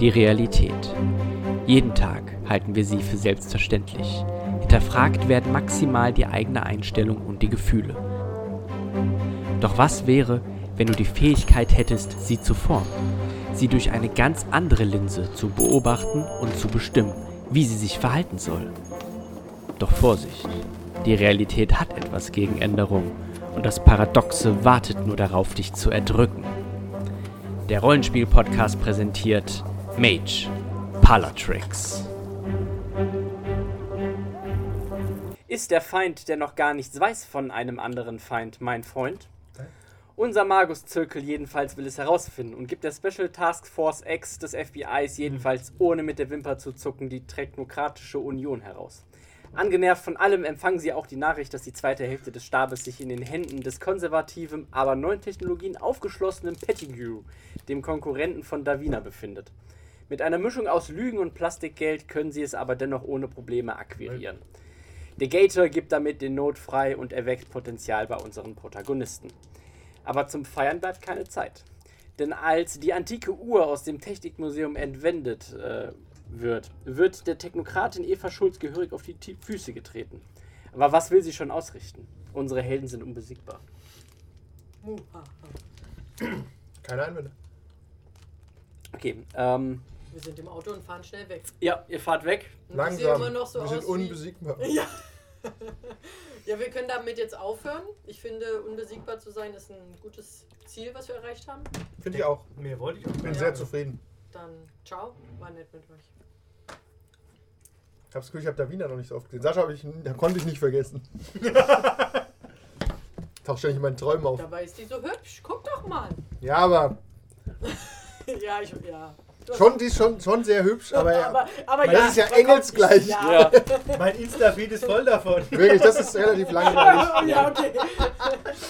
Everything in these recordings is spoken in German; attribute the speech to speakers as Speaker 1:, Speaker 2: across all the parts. Speaker 1: die Realität. Jeden Tag halten wir sie für selbstverständlich. Hinterfragt werden maximal die eigene Einstellung und die Gefühle. Doch was wäre, wenn du die Fähigkeit hättest, sie zu formen? Sie durch eine ganz andere Linse zu beobachten und zu bestimmen, wie sie sich verhalten soll. Doch Vorsicht, die Realität hat etwas gegen Änderung und das Paradoxe wartet nur darauf, dich zu erdrücken. Der Rollenspiel-Podcast präsentiert Mage Palatrix. Ist der Feind, der noch gar nichts weiß von einem anderen Feind, mein Freund? Unser Magus-Zirkel jedenfalls will es herausfinden und gibt der Special Task Force X des FBIs jedenfalls ohne mit der Wimper zu zucken die Technokratische Union heraus. Angenervt von allem empfangen sie auch die Nachricht, dass die zweite Hälfte des Stabes sich in den Händen des konservativen, aber neuen Technologien aufgeschlossenen Pettigrew, dem Konkurrenten von Davina, befindet. Mit einer Mischung aus Lügen und Plastikgeld können sie es aber dennoch ohne Probleme akquirieren. Der Gator gibt damit den Not frei und erweckt Potenzial bei unseren Protagonisten. Aber zum Feiern bleibt keine Zeit. Denn als die antike Uhr aus dem Technikmuseum entwendet äh, wird, wird der Technokratin Eva Schulz gehörig auf die Tie- Füße getreten. Aber was will sie schon ausrichten? Unsere Helden sind unbesiegbar.
Speaker 2: Muhaha.
Speaker 3: Keine Einwände.
Speaker 1: Okay, ähm,
Speaker 2: Wir sind im Auto und fahren schnell weg.
Speaker 1: ja, ihr fahrt weg.
Speaker 2: Und ich sehe
Speaker 3: Langsam.
Speaker 2: immer noch so
Speaker 3: wir
Speaker 2: aus
Speaker 3: sind unbesiegbar.
Speaker 2: Wie ja. ja, wir können damit jetzt aufhören. Ich finde, unbesiegbar zu sein ist ein gutes Ziel, was wir erreicht haben.
Speaker 3: Finde ich auch.
Speaker 4: Mehr wollte ich auch
Speaker 3: Ich bin
Speaker 4: nicht.
Speaker 3: sehr zufrieden.
Speaker 2: Dann ciao, war nett mit euch.
Speaker 3: Ich habe das Gefühl, ich habe da Wiener noch nicht so oft gesehen. Sascha hab ich, da konnte ich nicht vergessen. Taucht ständig in meinen Träumen auf.
Speaker 2: Dabei ist die so hübsch. Guck doch mal.
Speaker 3: Ja, aber
Speaker 2: ja, ich. Ja. Du hast-
Speaker 3: schon, die ist schon, schon sehr hübsch, aber, ja,
Speaker 2: aber, aber
Speaker 3: Weil
Speaker 2: ja.
Speaker 3: das ist ja
Speaker 2: man kommt-
Speaker 3: engelsgleich.
Speaker 2: Ja.
Speaker 1: Ja,
Speaker 4: Mein Insta-Feed ist voll davon.
Speaker 3: wirklich, das ist relativ langweilig.
Speaker 2: ja, okay.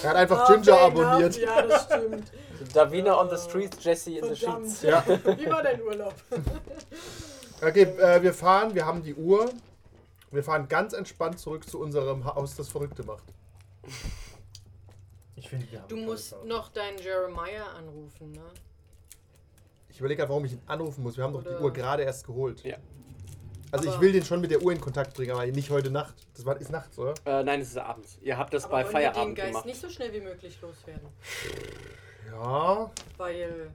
Speaker 3: Er hat einfach Ginger
Speaker 2: Okay,
Speaker 3: abonniert.
Speaker 2: Ja, das stimmt.
Speaker 1: Davina on the streets, Jesse in the
Speaker 2: Verdammt.
Speaker 1: sheets.
Speaker 3: Ja.
Speaker 2: Wie war dein Urlaub?
Speaker 3: Okay, äh, wir fahren, wir haben die Uhr. Wir fahren ganz entspannt zurück zu unserem Haus, das Verrückte macht.
Speaker 4: Ich finde, wir haben
Speaker 2: Du
Speaker 4: keine
Speaker 2: musst
Speaker 4: Chance.
Speaker 2: noch deinen Jeremiah anrufen, ne?
Speaker 3: Ich überlege gerade, warum ich ihn anrufen muss. Wir haben doch die
Speaker 2: Oder-
Speaker 3: Uhr gerade erst geholt.
Speaker 1: Ja.
Speaker 3: Also ich
Speaker 2: Aber-
Speaker 3: will den schon mit der Uhr in Kontakt bringen, aber nicht heute Nacht. Das war, ist nachts, oder?
Speaker 1: Äh, nein, es ist abends. Ihr habt das bei
Speaker 2: Aber wollen wir den
Speaker 1: Feierabend
Speaker 2: Geist
Speaker 1: gemacht.
Speaker 2: nicht so schnell wie möglich loswerden,
Speaker 3: Ja,
Speaker 2: weil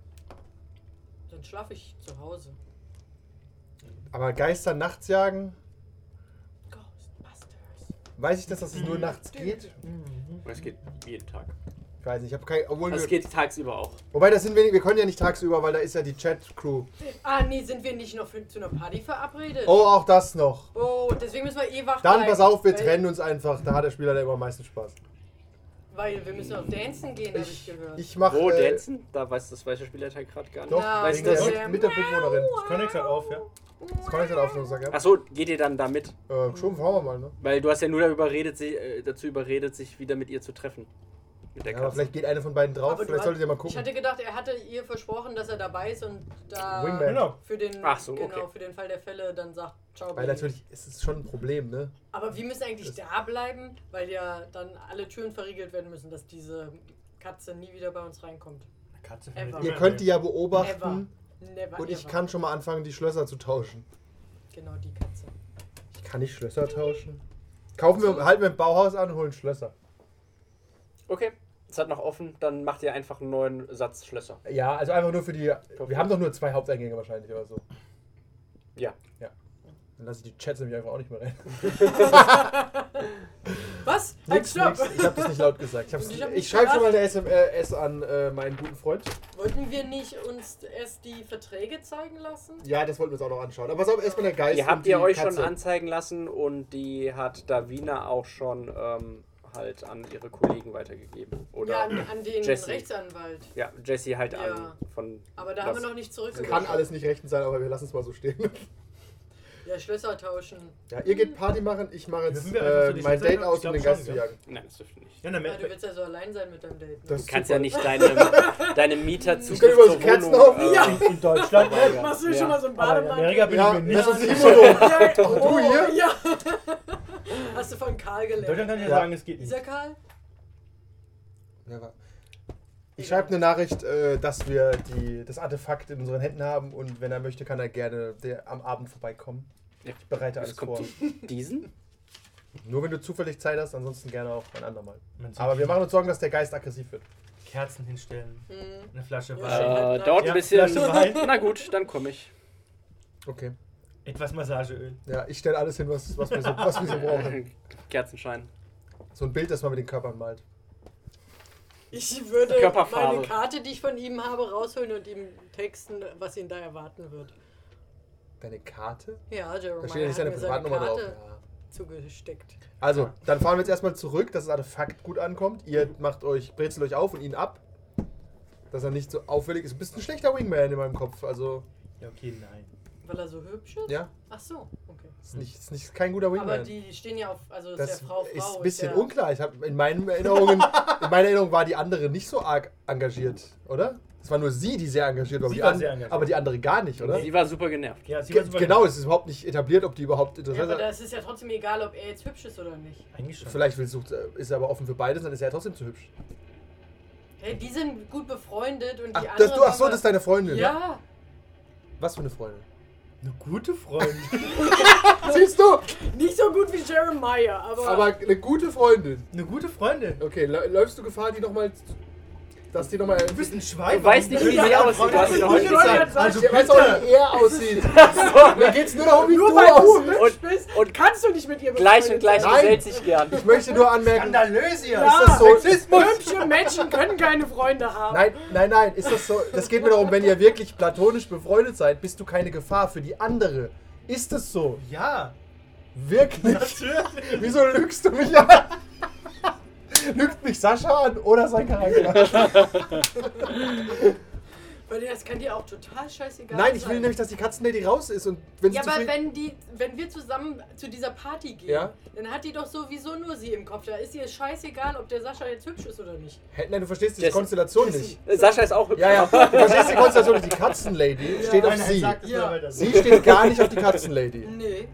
Speaker 2: dann schlafe ich zu Hause.
Speaker 3: aber Geister nachts jagen,
Speaker 2: Ghostbusters.
Speaker 3: weiß ich, dass das
Speaker 2: Hm,
Speaker 3: nur nachts geht?
Speaker 1: Es geht jeden Tag.
Speaker 3: Ich weiß nicht, ich habe kein. Obwohl
Speaker 1: Also es
Speaker 3: wir,
Speaker 1: geht tagsüber auch.
Speaker 3: wobei das sind wenig, wir können ja nicht tagsüber, weil da ist ja die Chat-Crew.
Speaker 2: Ah, nee, sind wir nicht noch für, zu einer Party verabredet?
Speaker 3: Oh, auch das noch.
Speaker 2: Oh, deswegen müssen wir eh wach
Speaker 3: Dann
Speaker 2: bleiben,
Speaker 3: pass auf, wir
Speaker 2: weil,
Speaker 3: trennen uns einfach. Da hat der Spieler der immer am meisten Spaß.
Speaker 2: Weil wir müssen auf Dancen gehen, habe ich
Speaker 3: Ich,
Speaker 2: gehört.
Speaker 3: ich mache.
Speaker 1: Wo,
Speaker 3: äh,
Speaker 1: Dancen? Da weiß das welche Spielerteil gerade gar nicht.
Speaker 3: Doch,
Speaker 2: Na,
Speaker 1: Weißt
Speaker 3: wegen
Speaker 1: du das?
Speaker 3: der, mit der Mitbewohnerin.
Speaker 4: Das Connex hat auf, ja?
Speaker 3: Äh, Das kann ich dann auf, sag ja.
Speaker 1: Achso, geht ihr dann da mit?
Speaker 3: Äh, schon fahren wir mal, ne?
Speaker 1: Weil du hast ja nur darüber redet, sie, äh, dazu überredet, sich wieder mit ihr zu treffen. Mit der
Speaker 3: Ja, aber
Speaker 1: Katze.
Speaker 3: vielleicht geht eine von beiden drauf.
Speaker 2: Aber du
Speaker 3: vielleicht
Speaker 2: hast-
Speaker 3: solltet ihr mal
Speaker 2: Ich
Speaker 3: gucken.
Speaker 2: hatte gedacht, er hatte ihr versprochen, dass er dabei ist und da
Speaker 3: Wingman.
Speaker 4: Genau.
Speaker 2: für den
Speaker 1: Ach so,
Speaker 2: genau,
Speaker 1: okay.
Speaker 2: für den Fall der Fälle dann sagt Ciao. Baby.
Speaker 3: Weil natürlich ist es schon ein Problem, ne?
Speaker 2: Aber wir müssen eigentlich
Speaker 3: Das-
Speaker 2: da bleiben, weil ja dann alle Türen verriegelt werden müssen, dass diese Katze nie wieder bei uns reinkommt.
Speaker 4: Eine Katze
Speaker 2: Ever.
Speaker 4: findet
Speaker 2: Ihr
Speaker 3: Ihr
Speaker 4: immer
Speaker 3: könnt die
Speaker 4: einen
Speaker 3: ja beobachten
Speaker 2: Never.
Speaker 3: und ich
Speaker 2: ever.
Speaker 3: kann schon mal anfangen, die Schlösser zu tauschen.
Speaker 2: Genau die Katze.
Speaker 3: Ich kann nicht Schlösser tauschen. Also- Kaufen wir, halten wir im Bauhaus an und holen Schlösser.
Speaker 1: Okay, es hat noch offen, dann macht ihr einfach einen neuen Satz Schlösser.
Speaker 3: Ja, also einfach nur für die. Wir haben doch nur zwei Haupteingänge wahrscheinlich oder so.
Speaker 1: Ja.
Speaker 3: Dann lasse ich die Chats nämlich einfach auch nicht mehr rein.
Speaker 2: Was? Ein
Speaker 3: Nix,
Speaker 2: Stopp!
Speaker 3: nix. Ich habe das nicht laut gesagt. Ich, hab's-
Speaker 2: Ich hab
Speaker 3: ich
Speaker 2: nicht
Speaker 3: schreibe schon mal
Speaker 2: gehört.
Speaker 3: eine SMS an äh, meinen guten Freund.
Speaker 2: Wollten wir nicht uns erst die Verträge zeigen lassen?
Speaker 3: Ja, das wollten wir uns auch noch anschauen. Aber pass auf, erstmal der Geist.
Speaker 1: ihr
Speaker 3: und
Speaker 1: habt
Speaker 3: die
Speaker 1: ihr euch
Speaker 3: Katze.
Speaker 1: schon anzeigen lassen und die hat Davina auch schon ähm, halt an ihre Kollegen weitergegeben.
Speaker 2: ja,
Speaker 1: Oder
Speaker 2: an, an den
Speaker 1: Jesse.
Speaker 2: Rechtsanwalt.
Speaker 1: ja, Jesse halt
Speaker 2: Ja.
Speaker 1: an von.
Speaker 2: Aber da haben wir noch nicht
Speaker 3: Kann
Speaker 2: zurückgekommen.
Speaker 3: alles nicht rechtens sein, aber wir lassen es mal so stehen.
Speaker 2: Ja, Schlösser tauschen.
Speaker 3: Ja, ihr geht Party machen, ich mache jetzt
Speaker 4: Dürfen wir einfach so
Speaker 3: äh,
Speaker 4: die
Speaker 3: mein
Speaker 4: Schlösser
Speaker 3: Date
Speaker 4: noch?
Speaker 3: aus,
Speaker 4: Ich
Speaker 3: um
Speaker 4: glaub
Speaker 3: den
Speaker 4: schon,
Speaker 3: Geist zu
Speaker 4: ja.
Speaker 3: jagen.
Speaker 1: Nein, das dürfte nicht.
Speaker 4: Ja, na,
Speaker 2: Ja, du
Speaker 4: mit,
Speaker 2: willst ja so allein sein mit deinem Date. Ne?
Speaker 3: Das
Speaker 1: Du
Speaker 3: ist
Speaker 1: kannst
Speaker 3: super.
Speaker 1: ja nicht deine, deine Mieter äh, zu
Speaker 3: können über so Kerzen auf-
Speaker 2: Ja.
Speaker 4: in Deutschland.
Speaker 1: Ja.
Speaker 4: ne?
Speaker 2: Machst du
Speaker 1: Ja.
Speaker 2: schon mal so einen
Speaker 4: Aber in
Speaker 2: Bademantel?
Speaker 4: Amerika bin
Speaker 3: Ja,
Speaker 4: ich mir
Speaker 3: das
Speaker 4: nicht.
Speaker 3: ist Simon.
Speaker 2: Ja, oh,
Speaker 3: du hier?
Speaker 2: Ja. Hast du von Karl
Speaker 4: In Deutschland
Speaker 2: gelernt?
Speaker 4: kann ich ja
Speaker 3: Ja.
Speaker 4: sagen, es geht nicht.
Speaker 2: Dieser Karl?
Speaker 3: Ja, wa- Ich schreibe eine Nachricht, äh, dass wir die, das Artefakt in unseren Händen haben und wenn er möchte, kann er gerne der, am Abend vorbeikommen.
Speaker 1: Ja.
Speaker 3: Ich bereite
Speaker 1: Es
Speaker 3: alles
Speaker 1: kommt
Speaker 3: vor.
Speaker 1: diesen?
Speaker 3: Nur wenn du zufällig Zeit hast, ansonsten gerne auch ein andermal.
Speaker 4: Man sieht
Speaker 3: Aber wir
Speaker 4: die
Speaker 3: machen uns Sorgen, dass der Geist aggressiv wird.
Speaker 4: Kerzen hinstellen.
Speaker 2: Hm.
Speaker 4: Eine Flasche
Speaker 1: Äh,
Speaker 2: Ja, schön.
Speaker 4: Wein.
Speaker 1: dauert
Speaker 4: Ja,
Speaker 1: ein bisschen.
Speaker 4: Flasche Wein.
Speaker 1: Na gut, dann komme ich.
Speaker 3: Okay.
Speaker 4: Etwas Massageöl.
Speaker 3: Ja, ich stelle alles hin, was, was, wir so, was wir so brauchen.
Speaker 1: Kerzenschein.
Speaker 3: So ein Bild, das man mit den Körpern malt.
Speaker 2: Ich würde
Speaker 1: Körperfarbe.
Speaker 2: meine Karte, die ich von ihm habe, rausholen und ihm texten, was ihn da erwarten wird.
Speaker 3: Deine Karte?
Speaker 2: Ja,
Speaker 3: Da
Speaker 2: Jeremiah
Speaker 3: steht ja nicht
Speaker 2: hat
Speaker 3: seine
Speaker 2: mir seine
Speaker 3: Privatnummer drauf.
Speaker 2: Karte
Speaker 3: Ja.
Speaker 2: zugesteckt.
Speaker 3: Also, dann fahren wir jetzt erstmal zurück, dass das Artefakt gut ankommt. Ihr macht euch, brezelt euch auf und ihn ab. Dass er nicht so auffällig ist. Du bist ein schlechter Wingman in meinem Kopf. Also,
Speaker 4: Ja, okay, nein.
Speaker 2: Weil er so hübsch ist?
Speaker 3: ja,
Speaker 2: Ach so, okay.
Speaker 3: ist, nicht, ist nicht kein guter Wingman.
Speaker 2: Aber die stehen ja auf, also
Speaker 3: das
Speaker 2: ist ja Frau, Frau.
Speaker 3: ist ein bisschen
Speaker 2: ja,
Speaker 3: unklar. Ich hab, in, meinen Erinnerungen, in meiner Erinnerung war die andere nicht so arg engagiert, oder? Es war nur sie, die sehr engagiert war. aber
Speaker 4: Sie
Speaker 3: die
Speaker 4: war
Speaker 3: an-
Speaker 4: sehr engagiert.
Speaker 3: Aber die andere gar nicht, oder?
Speaker 1: Sie war super genervt.
Speaker 4: Ja, sie
Speaker 3: Ge
Speaker 4: war super-
Speaker 3: genau, es ist überhaupt nicht etabliert, ob die
Speaker 2: Ja,
Speaker 3: überhaupt Interesse
Speaker 2: aber
Speaker 3: hat.
Speaker 2: das ist ja trotzdem egal, ob er jetzt hübsch ist oder nicht.
Speaker 4: Eigentlich schon.
Speaker 3: Vielleicht will, sucht, ist er aber offen für beides, dann ist er ja trotzdem zu hübsch.
Speaker 2: Hey, die sind gut befreundet und die
Speaker 3: Ach,
Speaker 2: andere.
Speaker 3: das, du, ach so,
Speaker 2: war-
Speaker 3: das ist ne? deine Freundin.
Speaker 2: Ja,
Speaker 3: Was für eine Freundin?
Speaker 4: Eine gute Freundin.
Speaker 3: Siehst du?
Speaker 2: nicht so gut wie Jeremiah, aber.
Speaker 3: Aber eine gute Freundin.
Speaker 4: Eine gute Freundin.
Speaker 3: Okay, lä- läufst du Gefahr, die nochmal. Dass die nochmal.
Speaker 4: Du bist ein Schwein.
Speaker 1: Du weißt nicht, wie sie aussieht, du hast sie noch nicht gesagt.
Speaker 4: Also
Speaker 3: ich weiß auch,
Speaker 4: bitte.
Speaker 3: wie er aussieht. Mir geht's nur darum, wie
Speaker 2: nur
Speaker 3: du
Speaker 2: weil du
Speaker 3: aussiehst.
Speaker 2: hübsch bist, und kannst du nicht mit ihr
Speaker 1: Gleich und
Speaker 2: befreundet
Speaker 1: gleich
Speaker 3: Nein.
Speaker 1: gesellt sich gern.
Speaker 3: Ich möchte nur anmerken.
Speaker 4: Skandalös hier.
Speaker 2: Ja.
Speaker 3: Ist das so?
Speaker 2: sein. Hübsche Menschen können keine Freunde haben.
Speaker 3: Nein, nein, nein, ist das so? Das geht mir darum, wenn ihr wirklich platonisch befreundet seid, bist du keine Gefahr für die andere. Ist es so?
Speaker 4: Ja.
Speaker 3: Wirklich?
Speaker 4: Natürlich.
Speaker 3: Wieso lügst du mich an? Lügt mich Sascha an oder sein Charakter?
Speaker 2: Weil das kann dir auch total scheißegal sein.
Speaker 3: Nein, ich will nämlich, dass die Katzenlady raus ist und wenn sie
Speaker 2: Ja,
Speaker 3: zu
Speaker 2: aber
Speaker 3: viel-
Speaker 2: wenn, die, wenn wir zusammen zu dieser Party gehen,
Speaker 3: Ja.
Speaker 2: dann hat die doch sowieso nur sie im Kopf. Da ist ihr scheißegal, ob der Sascha jetzt hübsch ist oder nicht.
Speaker 3: Hä, Nein, du verstehst die
Speaker 1: Das-
Speaker 3: Konstellation nicht.
Speaker 1: Sascha ist auch hübsch.
Speaker 3: Ja, ja, du verstehst die Konstellation nicht. Die Katzenlady steht auf
Speaker 4: Nein,
Speaker 3: sie.
Speaker 4: sag das
Speaker 2: Ja.
Speaker 4: mal weiter so.
Speaker 3: Sie steht gar nicht auf die Katzenlady.
Speaker 2: Nee.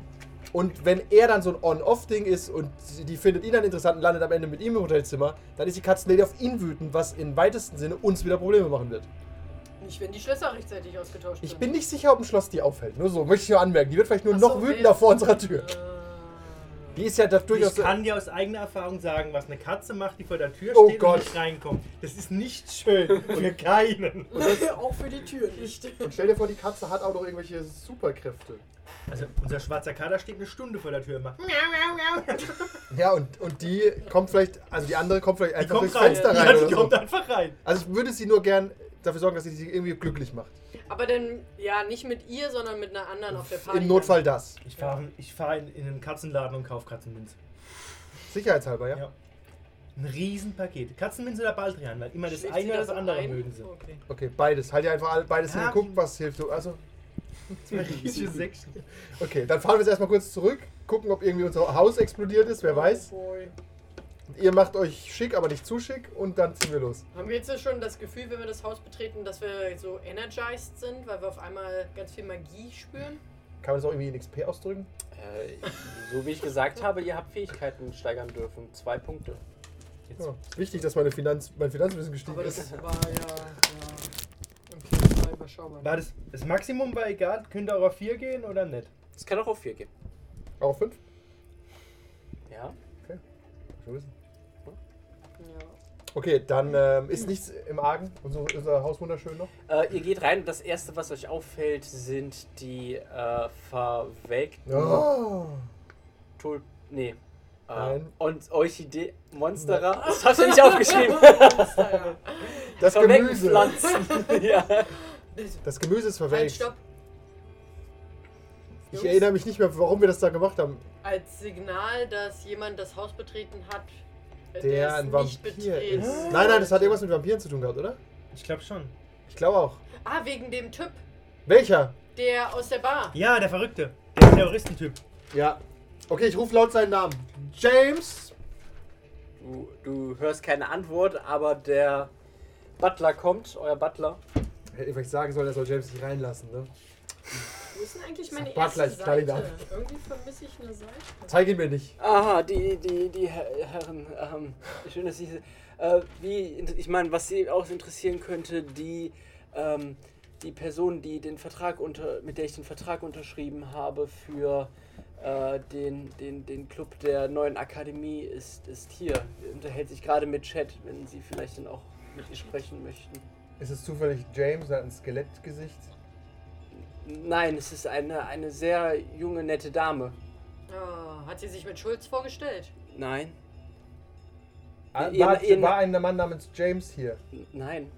Speaker 3: Und wenn er dann so ein On-Off-Ding ist und sie- die findet ihn dann interessant und landet am Ende mit ihm im Hotelzimmer, dann ist die Katzenlady auf ihn wütend, was im weitesten Sinne uns wieder Probleme machen wird.
Speaker 2: Nicht, wenn die Schlösser rechtzeitig ausgetauscht
Speaker 3: Ich
Speaker 2: sind.
Speaker 3: bin nicht sicher, ob ein Schloss die aufhält. Nur so, möchte ich nur anmerken. Die wird vielleicht nur
Speaker 2: Ach
Speaker 3: noch
Speaker 2: so,
Speaker 3: wütender
Speaker 2: wer-
Speaker 3: vor unserer Tür.
Speaker 2: Äh,
Speaker 3: Die ist ja da durchaus.
Speaker 4: Ich kann dir aus eigener Erfahrung sagen, was eine Katze macht, die vor der Tür
Speaker 3: Oh
Speaker 4: steht
Speaker 3: Gott.
Speaker 4: und nicht reinkommt. Das ist nicht schön für keinen.
Speaker 2: auch für die Tür nicht.
Speaker 3: Und stell dir vor, die Katze hat auch noch irgendwelche Superkräfte.
Speaker 4: Also unser schwarzer Kater steht eine Stunde vor der Tür immer.
Speaker 3: Ja, und, und die kommt vielleicht, also die andere kommt vielleicht
Speaker 4: Die
Speaker 3: einfach
Speaker 4: kommt
Speaker 3: durchs
Speaker 4: rein.
Speaker 3: Fenster rein.
Speaker 4: ja, die
Speaker 3: oder so.
Speaker 4: kommt einfach rein.
Speaker 3: Also ich würde sie nur gern dafür sorgen, dass sie sie irgendwie glücklich macht.
Speaker 2: Aber dann, ja, nicht mit ihr, sondern mit einer anderen auf der Party.
Speaker 3: Im Notfall das.
Speaker 4: Ich fahre ich fahr in, in einen Katzenladen und kaufe Katzenminze.
Speaker 3: Sicherheitshalber, ja?
Speaker 4: Ja. Ein Riesenpaket. Katzenminze oder Baldrian, weil immer das
Speaker 2: Schlägt
Speaker 4: eine
Speaker 2: sie
Speaker 4: oder das
Speaker 2: das
Speaker 4: andere
Speaker 2: ein?
Speaker 4: mögen sie.
Speaker 2: Okay.
Speaker 3: Okay, beides. Halt dir einfach alle- beides hin
Speaker 4: Ja.
Speaker 3: und guck, was hilft. Also,
Speaker 4: Eine riesige Säckchen.
Speaker 3: okay, dann fahren wir jetzt erstmal kurz zurück, gucken, ob irgendwie unser Haus explodiert ist, wer weiß.
Speaker 2: Oh boy.
Speaker 3: Ihr macht euch schick, aber nicht zu schick und dann ziehen wir los.
Speaker 2: Haben wir jetzt schon das Gefühl, wenn wir das Haus betreten, dass wir so energized sind, weil wir auf einmal ganz viel Magie spüren?
Speaker 3: Kann man das auch irgendwie in XP ausdrücken?
Speaker 1: Äh, so wie ich gesagt habe, ihr habt Fähigkeiten steigern dürfen. Zwei Punkte.
Speaker 4: Jetzt.
Speaker 3: Ja. Wichtig, dass meine Finanz, mein Finanzwissen gestiegen
Speaker 2: Aber das
Speaker 3: ist.
Speaker 2: war ja. ja. Okay, das war überschaubar.
Speaker 4: War das, das Maximum war egal, könnte auch auf 4 gehen oder nicht?
Speaker 1: Es kann auch auf vier gehen.
Speaker 3: Auch fünf?
Speaker 1: Ja.
Speaker 3: Schon wissen.
Speaker 2: Ja.
Speaker 3: Okay, dann ähm, ist nichts im Argen. Unser, unser Haus wunderschön noch.
Speaker 1: Äh, ihr geht rein und das erste, was euch auffällt, sind die äh, verwelkten
Speaker 3: Oh.
Speaker 1: Tul... Nee. Äh,
Speaker 3: Nein.
Speaker 1: und Orchidee... Monsterer? Das hast du nicht aufgeschrieben.
Speaker 2: Naja.
Speaker 3: Das
Speaker 1: Verwelkten
Speaker 3: Gemüse.
Speaker 1: Pflanzen. ja.
Speaker 3: Das Gemüse ist
Speaker 2: Halt,
Speaker 3: verwelkt.
Speaker 2: stopp.
Speaker 3: Ich
Speaker 2: Jungs,
Speaker 3: erinnere mich nicht mehr, warum wir das da gemacht haben.
Speaker 2: Als Signal, dass jemand das Haus betreten hat, äh,
Speaker 3: Der,
Speaker 2: es
Speaker 3: ein
Speaker 2: nicht
Speaker 3: Vampir
Speaker 2: betreten
Speaker 3: ist. Nein, nein, das hat irgendwas mit Vampiren zu tun gehabt, oder?
Speaker 4: Ich glaube schon.
Speaker 3: Ich glaube auch.
Speaker 2: Ah, wegen dem Typ,
Speaker 3: Welcher?
Speaker 2: der aus der Bar.
Speaker 4: Ja, der Verrückte. Der Terroristentyp.
Speaker 3: Ja. Okay, ich rufe laut seinen Namen. James.
Speaker 1: Du, du hörst keine Antwort, aber der Butler kommt, euer Butler.
Speaker 3: Hätte ich vielleicht sagen sollen, er soll James nicht reinlassen, ne?
Speaker 2: Wo ist denn eigentlich meine
Speaker 3: Sag mal
Speaker 2: erste
Speaker 3: gleich, knall ihn
Speaker 2: Seite? Irgendwie vermisse ich eine Seite.
Speaker 3: Zeig ihn mir nicht.
Speaker 1: Aha, die, die, die Herr- Herren, ähm, schön, dass Sie, Äh, wie, ich meine, was sie auch interessieren könnte, die, ähm, die Person, die den Vertrag unter, mit der ich den Vertrag unterschrieben habe für äh, den, den, den Club der neuen Akademie, ist, ist hier. Unterhält sich gerade mit Chat, wenn Sie vielleicht dann auch mit ihr sprechen möchten.
Speaker 3: Ist es zufällig James? Er hat ein Skelettgesicht.
Speaker 1: Nein, es ist eine, eine sehr junge, nette Dame.
Speaker 2: Ah, hat sie sich mit Schulz vorgestellt?
Speaker 1: Nein,
Speaker 3: Ah,
Speaker 1: Ihr-
Speaker 3: War,
Speaker 1: ihr-
Speaker 3: war ein Mann namens James hier.
Speaker 1: n- nein.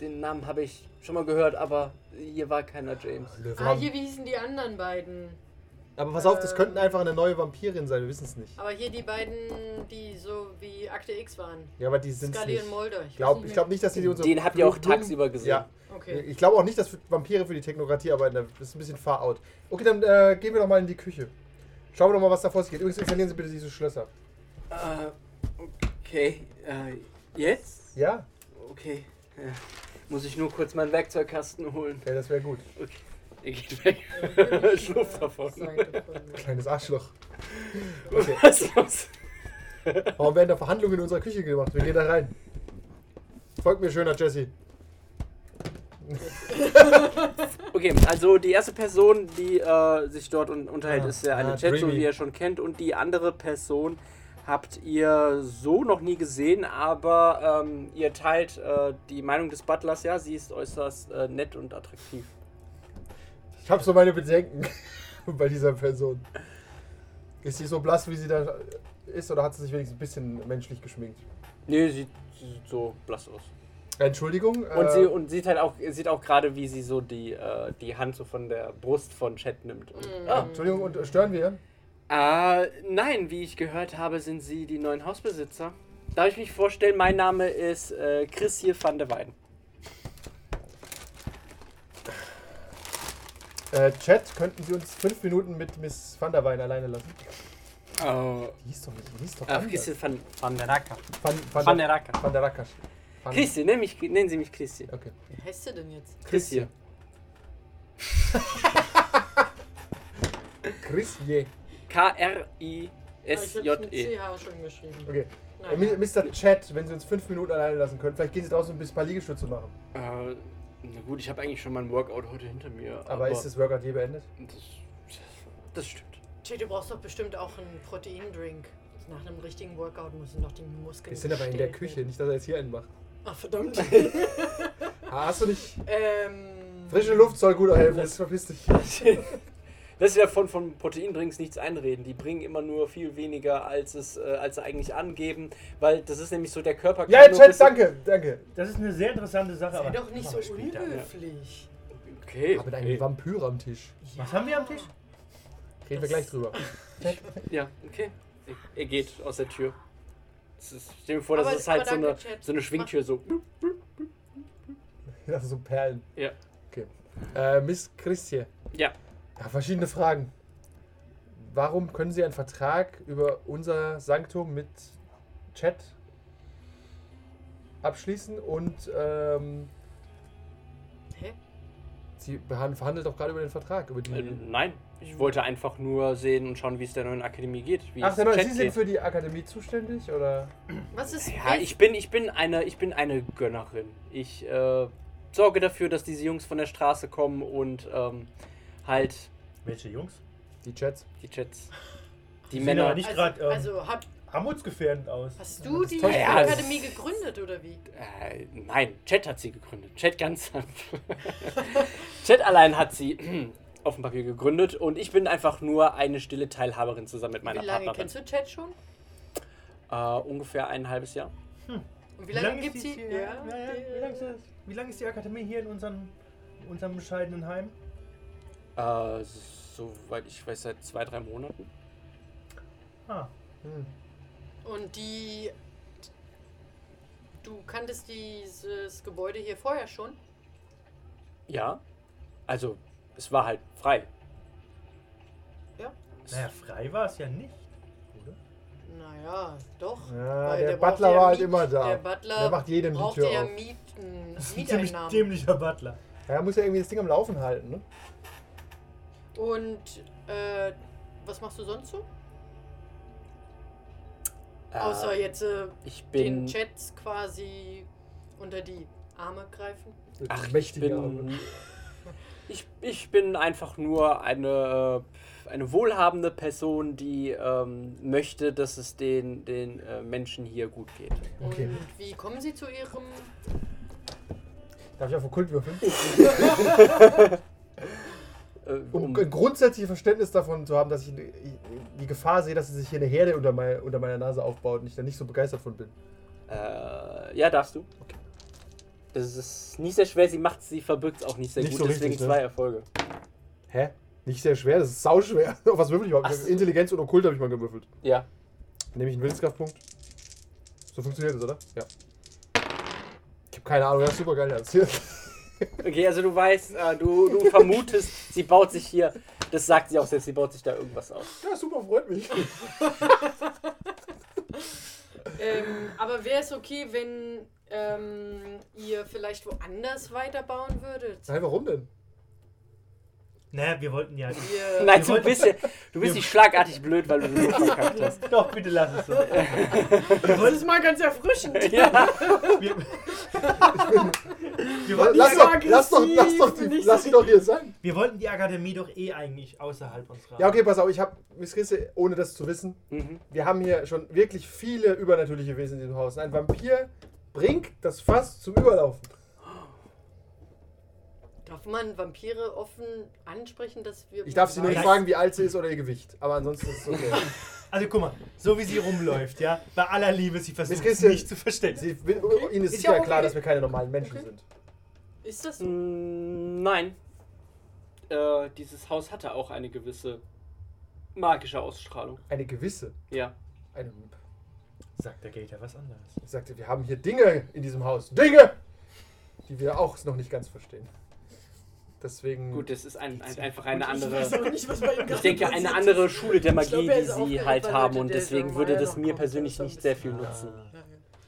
Speaker 1: Den Namen habe ich schon mal gehört, aber hier war keiner James.
Speaker 2: Ah, hier, wie hießen die anderen beiden?
Speaker 3: Aber pass auf, das
Speaker 2: Ähm.
Speaker 3: könnten einfach eine neue Vampirin sein, wir wissen es nicht.
Speaker 2: Aber hier die beiden, die so wie Akte X waren.
Speaker 3: Ja, aber die sind es
Speaker 2: Scully
Speaker 3: nicht.
Speaker 2: und Mulder. Ich
Speaker 3: Glaub,
Speaker 2: weiß
Speaker 3: ich
Speaker 2: nicht
Speaker 3: glaube nicht, dass die unsere.
Speaker 1: Den habt ihr auch
Speaker 3: Blumen-
Speaker 1: tagsüber gesehen.
Speaker 3: Ja,
Speaker 2: mehr. Okay.
Speaker 3: ich glaube auch nicht, dass Vampire für die Technokratie arbeiten. Das ist ein bisschen far out. Okay, dann äh, gehen wir doch mal in die Küche. Schauen wir doch mal, was da vor sich geht. Übrigens installieren Sie bitte diese Schlösser.
Speaker 1: Äh, okay. Äh, jetzt?
Speaker 3: Ja?
Speaker 1: Okay. Ja. Muss ich nur kurz meinen Werkzeugkasten holen.
Speaker 3: Okay, das wäre gut.
Speaker 1: Okay. Er geht weg.
Speaker 2: Äh,
Speaker 1: Schlupf
Speaker 2: äh,
Speaker 1: davon.
Speaker 2: Seite von-
Speaker 3: Kleines Arschloch. Okay.
Speaker 1: Was ist los?
Speaker 3: Warum werden da Verhandlungen in unserer Küche gemacht? Wir gehen da rein. Folgt mir schöner Jesse.
Speaker 1: Okay, also die erste Person, die äh, sich dort un unterhält,
Speaker 3: Ah,
Speaker 1: ist der eine
Speaker 3: ah,
Speaker 1: Chat, so
Speaker 3: Dreamy.
Speaker 1: wie ihr schon kennt. Und die andere Person habt ihr so noch nie gesehen, aber ähm, ihr teilt äh, die Meinung des Butlers, ja, sie ist äußerst äh, nett und attraktiv.
Speaker 3: Ich habe so meine Bedenken bei dieser Person. Ist sie so blass, wie sie da ist, oder hat sie sich wenigstens ein bisschen menschlich geschminkt?
Speaker 1: Nee, sie, sie sieht so blass aus.
Speaker 3: Entschuldigung. äh,
Speaker 1: Und sie und sieht halt auch, sieht auch gerade, wie sie so die, äh, die Hand so von der Brust von Chat nimmt. Und,
Speaker 3: ah, Entschuldigung, und äh, stören wir?
Speaker 1: Äh, nein, wie ich gehört habe, sind Sie die neuen Hausbesitzer. Darf ich mich vorstellen, mein Name ist äh, Chris hier van der Weiden.
Speaker 3: Äh, Chat, könnten Sie uns fünf Minuten mit Miss Van der Weyen alleine lassen?
Speaker 1: Oh.
Speaker 3: Die hieß doch nicht, die hieß doch
Speaker 1: Äh,
Speaker 3: anders.
Speaker 1: Chris hier van, van der Racker.
Speaker 3: Van, van,
Speaker 1: Van der
Speaker 3: der
Speaker 1: Racker.
Speaker 3: Van der Rakasch. Van-
Speaker 1: Christi, nenn mich, nennen Sie mich Christi.
Speaker 3: Okay.
Speaker 2: Wie heißt sie denn jetzt?
Speaker 1: Chris hier.
Speaker 3: Chris Je.
Speaker 2: ich hab's mit
Speaker 1: K-R-I-S-J-E.
Speaker 2: CH schon geschrieben.
Speaker 3: E. Okay. Äh,
Speaker 2: Nein.
Speaker 3: Mi- Mr. Chat, wenn Sie uns fünf Minuten alleine lassen können, vielleicht gehen Sie draußen um ein bisschen ein paar Liegestütze machen.
Speaker 1: Äh, na gut, ich habe eigentlich schon mein Workout heute hinter mir.
Speaker 3: Aber, ist das Workout je beendet?
Speaker 1: Das, das stimmt.
Speaker 2: Jay, du brauchst doch bestimmt auch einen Proteindrink. Nach einem richtigen Workout müssen doch die Muskeln.
Speaker 3: Wir sind aber in der
Speaker 2: gestählt
Speaker 3: Küche,
Speaker 2: werden.
Speaker 3: nicht, dass er jetzt hier einen macht.
Speaker 2: Ach, verdammt.
Speaker 3: Ah, Hast du nicht.
Speaker 2: ähm.
Speaker 3: Frische Luft soll gut helfen, das verpiss dich.
Speaker 1: Lass dir davon von Proteindrinks nichts einreden. Die bringen immer nur viel weniger, als, es, äh, als sie eigentlich angeben. Weil das ist nämlich so, der Körper kann
Speaker 3: Ja,
Speaker 1: nur
Speaker 3: Chat,
Speaker 1: bis-
Speaker 3: danke, danke.
Speaker 4: Das ist eine sehr interessante Sache.
Speaker 2: Sei
Speaker 4: aber
Speaker 2: doch nicht
Speaker 4: machen
Speaker 2: so
Speaker 4: wir später.
Speaker 2: unhöflich.
Speaker 1: Okay.
Speaker 3: Ich habe einen Vampyr am Tisch.
Speaker 4: Was haben wir am Tisch?
Speaker 3: Reden wir gleich drüber.
Speaker 1: Ja, okay. Er geht aus der Tür. Das ist, stell dir vor, das
Speaker 2: Aber-
Speaker 1: ist halt
Speaker 2: aber
Speaker 1: so eine,
Speaker 2: danke, Chat.
Speaker 1: so eine Schwingtür, so.
Speaker 3: Das sind so Perlen.
Speaker 1: Ja.
Speaker 3: Okay. Äh, Miss Christie.
Speaker 1: Ja.
Speaker 3: Ja, verschiedene Fragen. Warum können Sie einen Vertrag über unser Sanktum mit Chat abschließen und ähm,
Speaker 2: Hä?
Speaker 3: Sie behan- verhandelt doch gerade über den Vertrag, über die.
Speaker 1: Äh, nein, ich wollte einfach nur sehen und schauen, wie es der neuen Akademie geht. Wie
Speaker 3: Ach,
Speaker 1: es
Speaker 3: der neue,
Speaker 1: Chat
Speaker 3: Sie sind
Speaker 1: geht.
Speaker 3: für die Akademie zuständig oder?
Speaker 2: Was ist.
Speaker 1: Ja, ich bin, ich bin eine, ich bin eine Gönnerin. Ich äh, sorge dafür, dass diese Jungs von der Straße kommen und ähm, halt
Speaker 4: Welche Jungs?
Speaker 3: Die Chats.
Speaker 1: die Chats, die
Speaker 4: sehen
Speaker 1: Männer.
Speaker 4: aber nicht- grad, ähm,
Speaker 2: also, also hab,
Speaker 4: Armutsgefährdend aus.
Speaker 2: hast du die
Speaker 3: täuscht
Speaker 1: mich.
Speaker 2: Akademie gegründet oder wie?
Speaker 1: Äh, nein, Chat hat sie gegründet. Chat ganz. Chat allein hat sie auf dem Papier gegründet und ich bin einfach nur eine stille Teilhaberin zusammen mit meiner
Speaker 2: wie lange
Speaker 1: Partnerin.
Speaker 2: kennst du Chat schon?
Speaker 1: Äh, ungefähr ein halbes Jahr.
Speaker 2: Und wie lange
Speaker 4: ist
Speaker 2: gibt's
Speaker 4: die-
Speaker 2: sie?
Speaker 4: Ja, ja, ja,
Speaker 2: die-
Speaker 4: wie, lange ist das? wie lange ist die Akademie hier in unserem, unserem bescheidenen Heim?
Speaker 1: Äh, soweit ich weiß, seit zwei, drei Monaten.
Speaker 4: Ah,
Speaker 3: Hm.
Speaker 2: Und die. Du kanntest dieses Gebäude hier vorher schon?
Speaker 1: Ja. Also, es war halt frei.
Speaker 2: Ja.
Speaker 4: naja, frei war es ja nicht, oder?
Speaker 2: Naja, doch.
Speaker 3: Ja,
Speaker 2: Weil
Speaker 3: der
Speaker 2: braucht
Speaker 3: Butler war halt
Speaker 2: Miet-
Speaker 3: immer da.
Speaker 2: Der Butler
Speaker 3: Der macht jedem die
Speaker 2: brauchte
Speaker 3: Tür
Speaker 2: ja
Speaker 3: auf.
Speaker 2: Mieten,
Speaker 4: Das ist ein ziemlich
Speaker 2: Mieteinnahmen.
Speaker 4: dämlicher Butler.
Speaker 3: Ja, er muss ja irgendwie das Ding am Laufen halten, ne?
Speaker 2: Und äh, was machst du sonst so?
Speaker 3: Äh,
Speaker 2: Außer jetzt äh,
Speaker 1: Ich
Speaker 2: den
Speaker 1: bin.
Speaker 2: Chats quasi unter die Arme greifen.
Speaker 1: Ach, ich
Speaker 3: mächtige
Speaker 1: bin. Ich, ich bin einfach nur eine, eine wohlhabende Person, die ähm, möchte, dass es den, den äh, Menschen hier gut geht.
Speaker 2: Und
Speaker 3: Okay.
Speaker 2: wie kommen sie zu ihrem.
Speaker 3: Darf ich auf Okkult würfeln?
Speaker 1: Äh,
Speaker 3: Um
Speaker 1: um,
Speaker 3: ein grundsätzliches Verständnis davon zu haben, dass ich die Gefahr sehe, dass sie sich hier eine Herde unter, mein, unter meiner Nase aufbaut und ich da nicht so begeistert von bin.
Speaker 1: äh, ja, darfst du. Das ist nicht sehr schwer, sie macht sie verbirgt auch nicht sehr
Speaker 3: Nicht
Speaker 1: gut,
Speaker 3: so
Speaker 1: deswegen
Speaker 3: richtig, ne?
Speaker 1: zwei Erfolge.
Speaker 3: Hä? Nicht sehr schwer, das ist sauschwer. Auf was würfel ich überhaupt?
Speaker 1: Ach so.
Speaker 3: Intelligenz und Okkult habe ich mal gewürfelt.
Speaker 1: Ja.
Speaker 3: Nehme ich einen Willenskraftpunkt. So funktioniert das, oder? Ja. Ich habe keine Ahnung, das ist super geil erzählt.
Speaker 1: Okay, also du weißt, äh, du, du vermutest, sie baut sich hier, das sagt sie auch selbst, sie baut sich da irgendwas auf.
Speaker 3: Ja, super, freut mich.
Speaker 2: Ähm, aber wäre es okay, wenn ähm, ihr vielleicht woanders weiterbauen würdet?
Speaker 3: Nein, warum denn?
Speaker 4: Naja, wir wollten ja.
Speaker 2: Ihr,
Speaker 1: Nein, so ein bisschen, du bist nicht schlagartig blöd, weil du den Mund verkackt hast.
Speaker 4: Doch, bitte lass es so. Wir
Speaker 2: Das
Speaker 4: wollten,
Speaker 2: ist mal ganz erfrischend.
Speaker 1: Ja.
Speaker 4: wir, wir, wollten
Speaker 3: Lass
Speaker 4: die,
Speaker 3: doch, lass doch, lass doch,
Speaker 2: aggressiv,
Speaker 3: die,
Speaker 2: nicht
Speaker 3: lass
Speaker 2: so
Speaker 3: sie doch hier sein.
Speaker 4: wir wollten die Akademie doch eh eigentlich außerhalb unserer.
Speaker 3: Ja, okay, pass auf, ich habe, Miss Risse, ohne das zu wissen,
Speaker 1: Mhm.
Speaker 3: wir haben hier schon wirklich viele übernatürliche Wesen in diesem Haus. Ein Vampir bringt das Fass zum Überlaufen.
Speaker 2: Darf man Vampire offen ansprechen, dass wir.
Speaker 3: Ich darf sie nur nicht
Speaker 4: Nein.
Speaker 3: fragen, wie alt sie ist oder ihr Gewicht. Aber ansonsten ist es okay.
Speaker 4: Also guck mal, so wie sie rumläuft, ja, bei aller Liebe, sie versucht es
Speaker 3: Christian,
Speaker 4: nicht zu verstecken.
Speaker 3: sie, Ihnen ist
Speaker 2: Ist
Speaker 3: sicher
Speaker 2: ja okay.
Speaker 3: klar, dass wir keine normalen Menschen
Speaker 2: Okay.
Speaker 3: sind.
Speaker 2: Ist das so?
Speaker 1: Mm, Nein. Äh, dieses Haus hatte auch eine gewisse magische Ausstrahlung.
Speaker 3: Eine gewisse.
Speaker 1: Ja.
Speaker 3: Eine,
Speaker 4: Sagt der Gator was anderes.
Speaker 3: ich sagte, wir haben hier Dinge in diesem Haus. Dinge! Die wir auch noch nicht ganz verstehen. Deswegen.
Speaker 1: Gut, das ist ein, ein, einfach eine
Speaker 2: Ich weiß
Speaker 1: andere.
Speaker 2: auch nicht, was bei ihm
Speaker 1: Ich
Speaker 2: gerade
Speaker 1: denke,
Speaker 2: passiert
Speaker 1: eine
Speaker 2: ist.
Speaker 1: andere Schule der
Speaker 2: glaub,
Speaker 1: Magie,
Speaker 2: er
Speaker 1: die
Speaker 2: ist
Speaker 1: sie
Speaker 2: aufgeregt,
Speaker 1: halt
Speaker 2: weil
Speaker 1: haben
Speaker 2: heute
Speaker 1: und
Speaker 2: der
Speaker 1: deswegen
Speaker 2: Jean
Speaker 1: würde
Speaker 2: Mayer
Speaker 1: das
Speaker 2: noch
Speaker 1: mir
Speaker 2: kommt,
Speaker 1: persönlich
Speaker 2: das ist
Speaker 1: nicht sehr viel
Speaker 2: ein
Speaker 1: nutzen.
Speaker 4: Ah,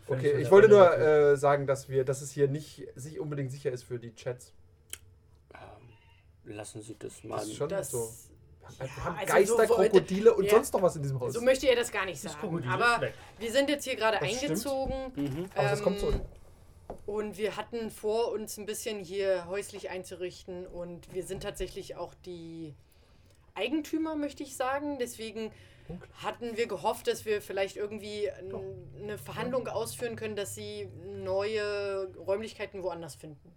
Speaker 3: Okay, ich wollte nur äh, sagen, dass wir, dass es hier nicht sich unbedingt sicher ist für die Chats.
Speaker 1: Ähm, lassen Sie das mal.
Speaker 3: Das ist schon
Speaker 2: Das,
Speaker 3: so. Wir haben
Speaker 2: also
Speaker 3: Geister,
Speaker 2: so wollte-
Speaker 3: Krokodile und
Speaker 2: ja.
Speaker 3: sonst noch was in diesem Haus. Hm,
Speaker 2: so möchte er das gar nicht
Speaker 4: das
Speaker 2: sagen.
Speaker 4: Krokodil ist
Speaker 2: Aber
Speaker 4: weg.
Speaker 2: wir sind jetzt hier gerade
Speaker 3: Das stimmt.
Speaker 2: eingezogen. Ähm,
Speaker 1: Mhm.
Speaker 3: Aber das kommt zurück.
Speaker 2: Und wir hatten vor, uns ein bisschen hier häuslich einzurichten. Und wir sind tatsächlich auch die Eigentümer, möchte ich sagen. Deswegen hatten wir gehofft, dass wir vielleicht irgendwie n- eine Verhandlung ausführen können, dass sie neue Räumlichkeiten woanders finden.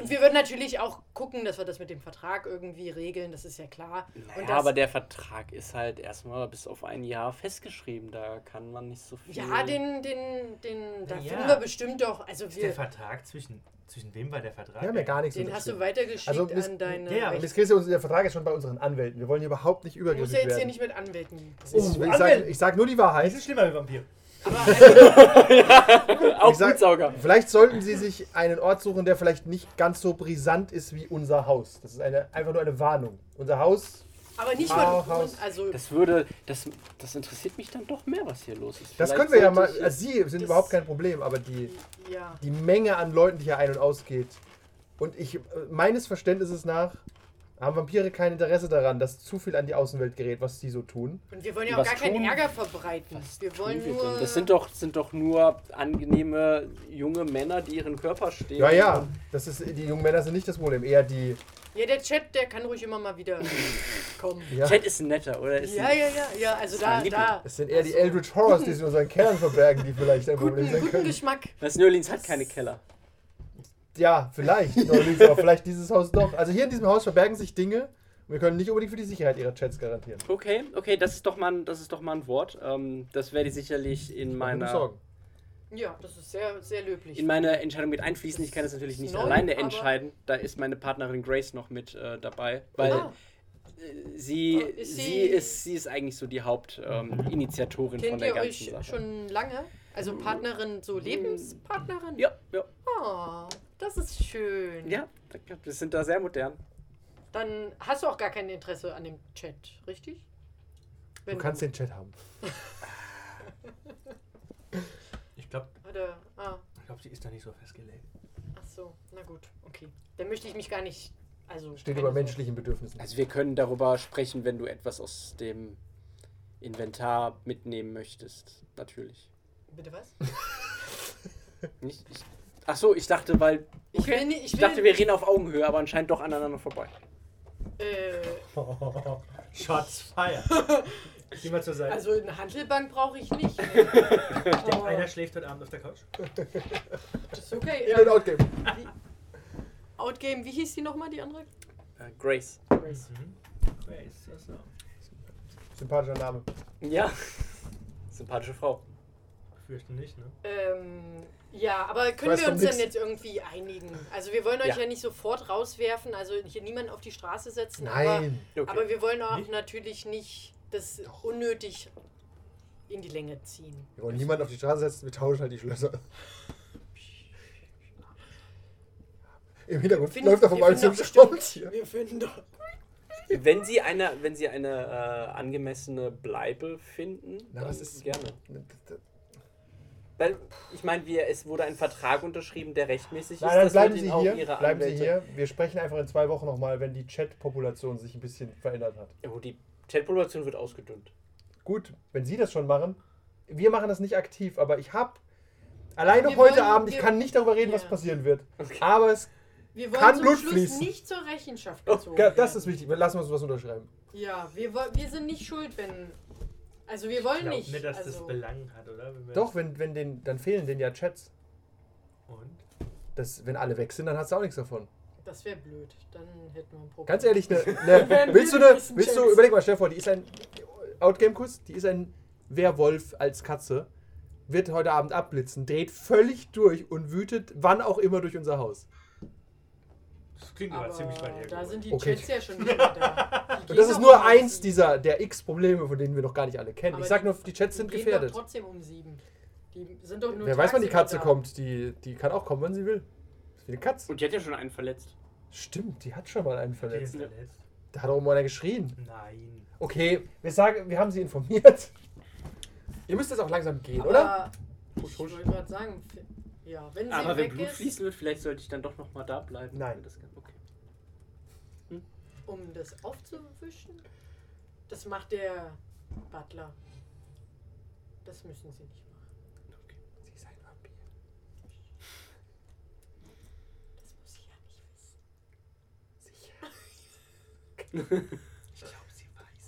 Speaker 2: Und wir würden natürlich auch gucken, dass wir das mit dem Vertrag irgendwie regeln, das ist ja klar. Und
Speaker 1: Naja,
Speaker 2: das,
Speaker 1: aber der Vertrag ist halt erstmal bis auf ein Jahr festgeschrieben. Da kann man nicht so viel.
Speaker 2: ja, den, den, den, da
Speaker 4: Na ja.
Speaker 2: finden wir bestimmt doch. Also
Speaker 4: Ist der
Speaker 2: wir,
Speaker 4: Vertrag zwischen. Zwischen wem war der Vertrag?
Speaker 3: Wir haben ja gar nichts
Speaker 2: den hast du
Speaker 3: unterschrieben.
Speaker 2: weitergeschickt
Speaker 3: Also, Miss-
Speaker 2: an deine.
Speaker 4: ja,
Speaker 2: Rechte-
Speaker 3: Miss Christi, unser- der Vertrag ist schon bei unseren Anwälten. Wir wollen hier überhaupt nicht
Speaker 2: Du musst
Speaker 3: übergriffig
Speaker 2: ja jetzt
Speaker 3: werden.
Speaker 2: hier nicht mit anwälten.
Speaker 3: ich
Speaker 4: Oh,
Speaker 3: ich sage
Speaker 4: Anwälte.
Speaker 3: ich sag nur die
Speaker 4: Es
Speaker 3: Wahrheit.
Speaker 4: ist schlimmer wie Vampir.
Speaker 2: äh,
Speaker 1: Auch
Speaker 3: Ich sag-
Speaker 1: Blutsauger.
Speaker 3: Vielleicht sollten Sie sich einen Ort suchen, der vielleicht nicht ganz so brisant ist wie unser Haus. Das ist eine, einfach nur eine Warnung. Unser Haus,
Speaker 2: Aber nicht
Speaker 3: Frau
Speaker 2: mal.
Speaker 3: Haus.
Speaker 2: Also,
Speaker 1: Das würde. Das, das interessiert mich dann doch mehr, was hier los ist.
Speaker 3: das
Speaker 1: Vielleicht
Speaker 3: können wir ja mal.
Speaker 1: sollte ich-
Speaker 3: Also Sie sind
Speaker 2: das-
Speaker 3: überhaupt kein Problem, aber die,
Speaker 2: ja.
Speaker 3: die Menge an Leuten, die hier ein- und ausgeht. Und ich, äh, meines Verständnisses nach, haben Vampire kein Interesse daran, dass zu viel an die Außenwelt gerät, was sie so tun.
Speaker 2: Und wir wollen ja auch
Speaker 1: Was
Speaker 2: gar keinen
Speaker 1: tun-
Speaker 2: Ärger verbreiten. Wir wollen
Speaker 1: Tun wir
Speaker 2: nur.
Speaker 1: denn? Das sind doch, sind doch nur angenehme junge Männer, die ihren Körper stehen.
Speaker 3: Ja, ja, das ist, die jungen Männer sind nicht das Problem, eher die.
Speaker 2: ja, der Chat, der kann ruhig immer mal wieder kommen.
Speaker 3: Ja,
Speaker 1: Chat ist ein netter, oder? Ist
Speaker 2: Ja,
Speaker 1: ein,
Speaker 2: ja, ja, ja. Also
Speaker 1: ist mein
Speaker 2: da,
Speaker 1: Liebling.
Speaker 2: da.
Speaker 3: es sind eher die Eldritch Horrors, die sich in unseren Kellern verbergen, die vielleicht ein
Speaker 2: Guten,
Speaker 3: Problem sein
Speaker 2: Hm, guten
Speaker 3: können.
Speaker 2: Geschmack.
Speaker 1: Das New Orleans hat keine Keller.
Speaker 3: Ja, vielleicht, no Leaf, aber vielleicht dieses Haus doch. Also hier in diesem Haus verbergen sich Dinge und wir können nicht unbedingt für die Sicherheit ihrer Chats garantieren.
Speaker 1: Okay, okay, das ist doch mal ein, das ist doch mal ein Wort. Ähm, das werde ich sicherlich in
Speaker 3: Mach dir keine
Speaker 1: meiner,
Speaker 3: Sorgen.
Speaker 2: Ja, das ist sehr, sehr löblich.
Speaker 1: in meine Entscheidung mit einfließen. Ich kann das natürlich
Speaker 2: Ist
Speaker 1: nicht
Speaker 2: neu,
Speaker 1: alleine
Speaker 2: aber-
Speaker 1: entscheiden. Da ist meine Partnerin Grace noch mit äh, dabei, weil
Speaker 2: ah,
Speaker 1: sie,
Speaker 2: Ah, ist
Speaker 1: sie,
Speaker 2: sie-
Speaker 1: ist, sie ist eigentlich so die Hauptinitiatorin ähm, Initiatorin von
Speaker 2: kennt
Speaker 1: der
Speaker 2: ihr
Speaker 1: ganzen
Speaker 2: euch
Speaker 1: Sache. Mhm.
Speaker 2: schon lange? Also Partnerin, so Lebenspartnerin?
Speaker 1: ja, ja,
Speaker 2: Oh, das ist schön.
Speaker 1: ja, wir sind da sehr modern.
Speaker 2: Dann hast du auch gar kein Interesse an dem Chat, richtig?
Speaker 3: Du kannst den Chat haben.
Speaker 4: Ich glaube,
Speaker 2: Oder, ah,
Speaker 4: ich glaub, sie ist da nicht so festgelegt.
Speaker 2: ach so, na gut, okay. Dann möchte ich mich gar nicht. Also,
Speaker 3: Steht
Speaker 2: keine
Speaker 3: über menschlichen Bedürfnissen.
Speaker 1: Also wir können darüber sprechen, wenn du etwas aus dem Inventar mitnehmen möchtest. Natürlich.
Speaker 2: Bitte was?
Speaker 1: Nicht, ich, ach so, ich dachte, weil.
Speaker 2: Ich will nicht- ich
Speaker 1: ich dachte,
Speaker 2: will-
Speaker 1: wir reden auf Augenhöhe, aber anscheinend doch aneinander vorbei.
Speaker 2: Äh,
Speaker 4: Shots fire. Geh mal zur Seite.
Speaker 2: also eine Handelbank brauche ich nicht.
Speaker 4: ich denke,
Speaker 2: aber-
Speaker 4: einer schläft heute Abend auf der Couch.
Speaker 2: Oh, Ist okay.
Speaker 3: In- und
Speaker 2: Ja.
Speaker 3: Outgame.
Speaker 2: Outgame, wie hieß die nochmal, die andere?
Speaker 1: Äh, Grace.
Speaker 2: Grace.
Speaker 4: Wer ist das noch?
Speaker 3: Sympathischer Name.
Speaker 1: Ja. Sympathische Frau.
Speaker 4: Fürchte nicht, ne?
Speaker 2: Ähm, ja, aber können
Speaker 3: weiß
Speaker 2: wir
Speaker 3: von
Speaker 2: uns
Speaker 3: nix.
Speaker 2: denn jetzt irgendwie einigen? Also wir wollen euch
Speaker 1: Ja.
Speaker 2: ja, nicht sofort rauswerfen, also hier niemanden auf die Straße setzen.
Speaker 3: Nein.
Speaker 1: Okay.
Speaker 2: Aber, aber wir wollen auch
Speaker 4: Nicht?
Speaker 2: natürlich nicht das unnötig in die Länge ziehen.
Speaker 3: Wir wollen niemanden auf die Straße setzen, wir tauschen halt die Schlösser. Im Hintergrund
Speaker 2: Finden-
Speaker 3: läuft um er
Speaker 2: wir
Speaker 3: vorbei
Speaker 2: finden
Speaker 3: zum
Speaker 2: doch bestimmt-
Speaker 3: Schraubenzieher.
Speaker 2: Wir finden doch.
Speaker 1: Wenn Sie eine, wenn Sie eine äh, angemessene Bleibe finden,
Speaker 3: Na,
Speaker 1: dann
Speaker 3: was ist-
Speaker 1: gerne. Weil, ich meine, wir- es wurde ein Vertrag unterschrieben, der rechtmäßig
Speaker 3: Nein,
Speaker 1: ist.
Speaker 3: dann
Speaker 1: Das wird
Speaker 3: bleiben Sie
Speaker 1: Ihnen auch
Speaker 3: hier.
Speaker 1: Ihre
Speaker 3: Bleiben Sie
Speaker 1: Anwälte-
Speaker 3: hier. Wir sprechen einfach in zwei Wochen nochmal, wenn die Chat-Population sich ein bisschen verändert hat.
Speaker 1: Oh, die Chatpopulation wird ausgedünnt.
Speaker 3: Gut, wenn Sie das schon machen. Wir machen das nicht aktiv, aber ich hab. Alleine
Speaker 2: Wir
Speaker 3: heute
Speaker 2: wollen-
Speaker 3: Abend, ich
Speaker 2: wir-
Speaker 3: kann nicht darüber reden, was
Speaker 2: Ja.
Speaker 3: passieren wird.
Speaker 1: Okay.
Speaker 3: Aber es,
Speaker 2: Wir wollen
Speaker 3: Kann
Speaker 2: zum
Speaker 3: Blut
Speaker 2: Schluss
Speaker 3: fließen.
Speaker 2: nicht zur Rechenschaft gezogen
Speaker 3: Ja, das
Speaker 2: werden.
Speaker 3: ist wichtig. Lassen wir uns was unterschreiben.
Speaker 2: Ja, wir, wo- wir sind nicht schuld, wenn. Also wir
Speaker 4: Ich
Speaker 2: wollen
Speaker 4: glaub
Speaker 2: nicht.
Speaker 4: nicht, dass das
Speaker 2: also,
Speaker 4: Belang hat, oder? Wenn wir-
Speaker 3: Doch, wenn, wenn den, dann fehlen denen ja Chats.
Speaker 4: Und?
Speaker 3: Das, wenn alle weg sind, dann hast du auch nichts davon.
Speaker 2: das wäre blöd. Dann hätten wir ein Problem.
Speaker 3: Ganz ehrlich, ne, ne,
Speaker 2: werden
Speaker 3: willst du
Speaker 2: wir
Speaker 3: ne,
Speaker 2: wissen,
Speaker 3: willst du,
Speaker 2: Chats.
Speaker 3: überleg mal, stell dir vor, die ist ein Outgame-Kuss, die ist ein Werwolf als Katze, wird heute Abend abblitzen, dreht völlig durch und wütet wann auch immer durch unser Haus.
Speaker 4: Das klingt aber
Speaker 2: aber
Speaker 4: ziemlich weit
Speaker 2: da
Speaker 4: hergeholt.
Speaker 2: sind die
Speaker 3: Okay.
Speaker 2: Chats ja schon wieder da. Die
Speaker 3: Und
Speaker 2: gehen
Speaker 3: das ist
Speaker 2: doch
Speaker 3: nur
Speaker 2: um
Speaker 3: eins
Speaker 2: sieben.
Speaker 3: dieser, der X-Probleme, von denen wir noch gar nicht alle kennen.
Speaker 2: Aber
Speaker 3: ich sag nur, die Chats
Speaker 2: die
Speaker 3: sind
Speaker 2: gehen
Speaker 3: gefährdet.
Speaker 2: Doch trotzdem um sieben. Die sind doch nur
Speaker 3: Wer weiß, wann die
Speaker 2: tagsüber
Speaker 3: Katze
Speaker 2: da.
Speaker 3: kommt, die, die kann auch kommen, wann sie will. Das ist wie eine Katze.
Speaker 1: Und die hat ja schon einen verletzt.
Speaker 3: Stimmt, die hat schon mal einen
Speaker 4: Die ist
Speaker 3: verletzt.
Speaker 2: ne?
Speaker 4: verletzt.
Speaker 3: Da hat auch mal einer geschrien.
Speaker 4: Nein.
Speaker 3: Okay, wir sagen, wir haben sie informiert. Ihr müsst jetzt auch langsam gehen,
Speaker 2: Aber
Speaker 3: oder?
Speaker 2: Ich wollte gerade sagen, f- ja, wenn sie
Speaker 1: Aber wenn
Speaker 2: weg
Speaker 1: Blut
Speaker 2: ist,
Speaker 1: fließen wird, vielleicht sollte ich dann doch nochmal da bleiben.
Speaker 3: Nein.
Speaker 1: Das kann- okay.
Speaker 2: um das aufzuwischen, das macht der Butler. Das müssen sie nicht machen.
Speaker 3: Sie ist ein Vampir.
Speaker 2: Das muss ich ja nicht wissen.
Speaker 3: Ich glaube, sie weiß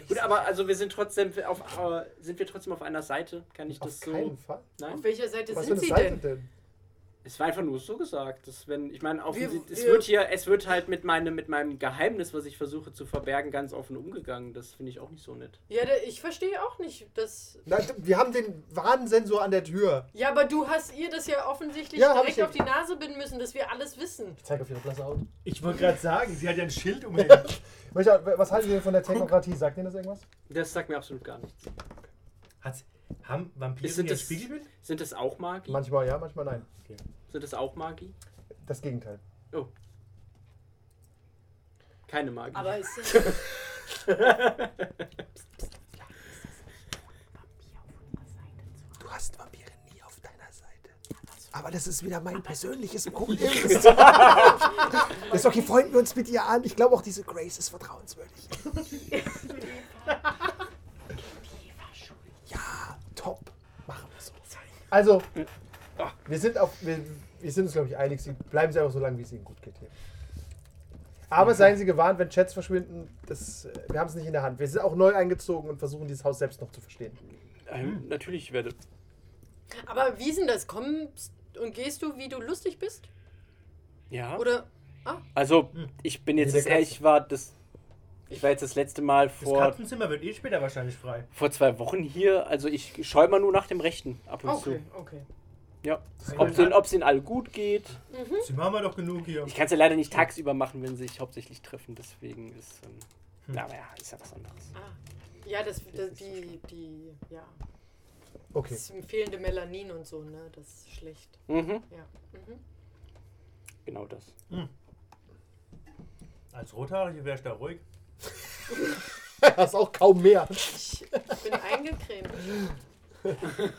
Speaker 3: es.
Speaker 1: Gut, aber also wir sind trotzdem auf äh, sind wir trotzdem auf einer Seite, kann ich
Speaker 3: auf
Speaker 1: das so.
Speaker 3: keinen Fall.
Speaker 1: Nein?
Speaker 2: Auf welcher Seite
Speaker 3: Was für
Speaker 2: sind
Speaker 3: eine
Speaker 2: sie
Speaker 3: Seite
Speaker 2: denn?
Speaker 3: denn?
Speaker 1: Es war einfach nur so gesagt, dass wenn ich meine, offensichtlich- es
Speaker 2: wir-
Speaker 1: wird hier es wird halt mit meinem mit meinem Geheimnis, was ich versuche zu verbergen, ganz offen umgegangen. Das finde ich auch nicht so nett.
Speaker 2: Ja, da- ich verstehe auch nicht, dass.
Speaker 3: Na, wir haben den Warnsensor an der Tür.
Speaker 2: Ja, aber du hast ihr das ja offensichtlich
Speaker 3: Ja, hab
Speaker 2: direkt
Speaker 3: ich
Speaker 2: auf die Nase binden müssen, dass wir alles wissen.
Speaker 3: Ich zeige auf ihre blasse Haut.
Speaker 4: Ich wollte gerade sagen, sie hat ja ein Schild um Guck
Speaker 3: Was halten Sie von der Technokratie? Sagt Ihnen das irgendwas?
Speaker 1: Das sagt mir absolut gar nichts.
Speaker 4: Hat's, haben Vampire
Speaker 1: Ist- sind
Speaker 4: ihr
Speaker 1: das-
Speaker 4: Spiegelbild?
Speaker 1: Sind das auch Magi?
Speaker 3: Manchmal ja, manchmal nein.
Speaker 1: Sind das auch Magi?
Speaker 3: Das Gegenteil.
Speaker 1: Oh. Keine Magie.
Speaker 2: Aber ist das.
Speaker 3: Du hast Vampire nie auf deiner Seite. Aber das ist wieder mein persönliches Problem. ist okay, freunden wir uns mit ihr an. Ich glaube auch diese Grace ist vertrauenswürdig. ja, top. Machen wir so. Also, wir sind auf, wir, wir sind uns glaube ich einig. Sie bleiben Sie einfach so lange, wie es Ihnen gut geht hier. Aber seien Sie gewarnt, wenn Chats verschwinden, das, äh, wir haben es nicht in der Hand. Wir sind auch neu eingezogen und versuchen dieses Haus selbst noch zu verstehen.
Speaker 1: ähm, natürlich werde.
Speaker 2: Aber wie ist denn das? Kommst und gehst du, wie du lustig bist?
Speaker 1: Ja.
Speaker 2: Oder. Ah,
Speaker 1: Also, ich bin jetzt
Speaker 3: Wie der
Speaker 1: das, ich war das ich war jetzt das letzte Mal
Speaker 4: Das
Speaker 1: vor
Speaker 4: Katzenzimmer wird eh später wahrscheinlich frei.
Speaker 1: vor zwei Wochen hier, also ich scheue mal nur nach dem Rechten ab und
Speaker 2: Ah, okay, okay.
Speaker 1: zu. Ja.
Speaker 4: Das
Speaker 1: Ob es ihnen, ob's ihnen allen gut geht.
Speaker 2: Hm?
Speaker 4: Zimmer haben wir doch genug hier.
Speaker 1: Ich kann es ja leider nicht tagsüber machen, wenn sie sich hauptsächlich treffen, deswegen ist ähm, naja, ist ja was anderes.
Speaker 2: Ah. Ja, das, das die, die, ja,
Speaker 3: Okay.
Speaker 2: das fehlende Melanin und so, ne? Das ist schlecht.
Speaker 1: Mhm,
Speaker 2: Ja. Mhm.
Speaker 1: genau das.
Speaker 4: Als Rothaarige wärst du da ruhig.
Speaker 3: Das ist auch kaum mehr.
Speaker 2: Ich bin eingecremt.